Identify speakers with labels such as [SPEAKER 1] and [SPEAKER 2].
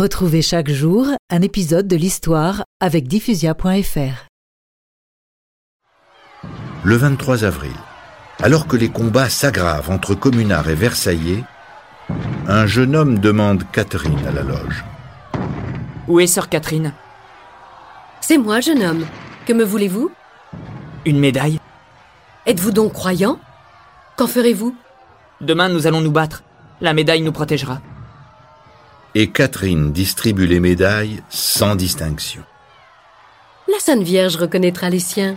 [SPEAKER 1] Retrouvez chaque jour un épisode de l'histoire avec diffusia.fr.
[SPEAKER 2] Le 23 avril, alors que les combats s'aggravent entre communards et versaillais, un jeune homme demande Catherine à la loge.
[SPEAKER 3] Où est sœur Catherine
[SPEAKER 4] C'est moi, jeune homme. Que me voulez-vous
[SPEAKER 3] Une médaille
[SPEAKER 4] Êtes-vous donc croyant Qu'en ferez-vous
[SPEAKER 3] Demain, nous allons nous battre. La médaille nous protégera.
[SPEAKER 2] Et Catherine distribue les médailles sans distinction.
[SPEAKER 4] La Sainte Vierge reconnaîtra les siens.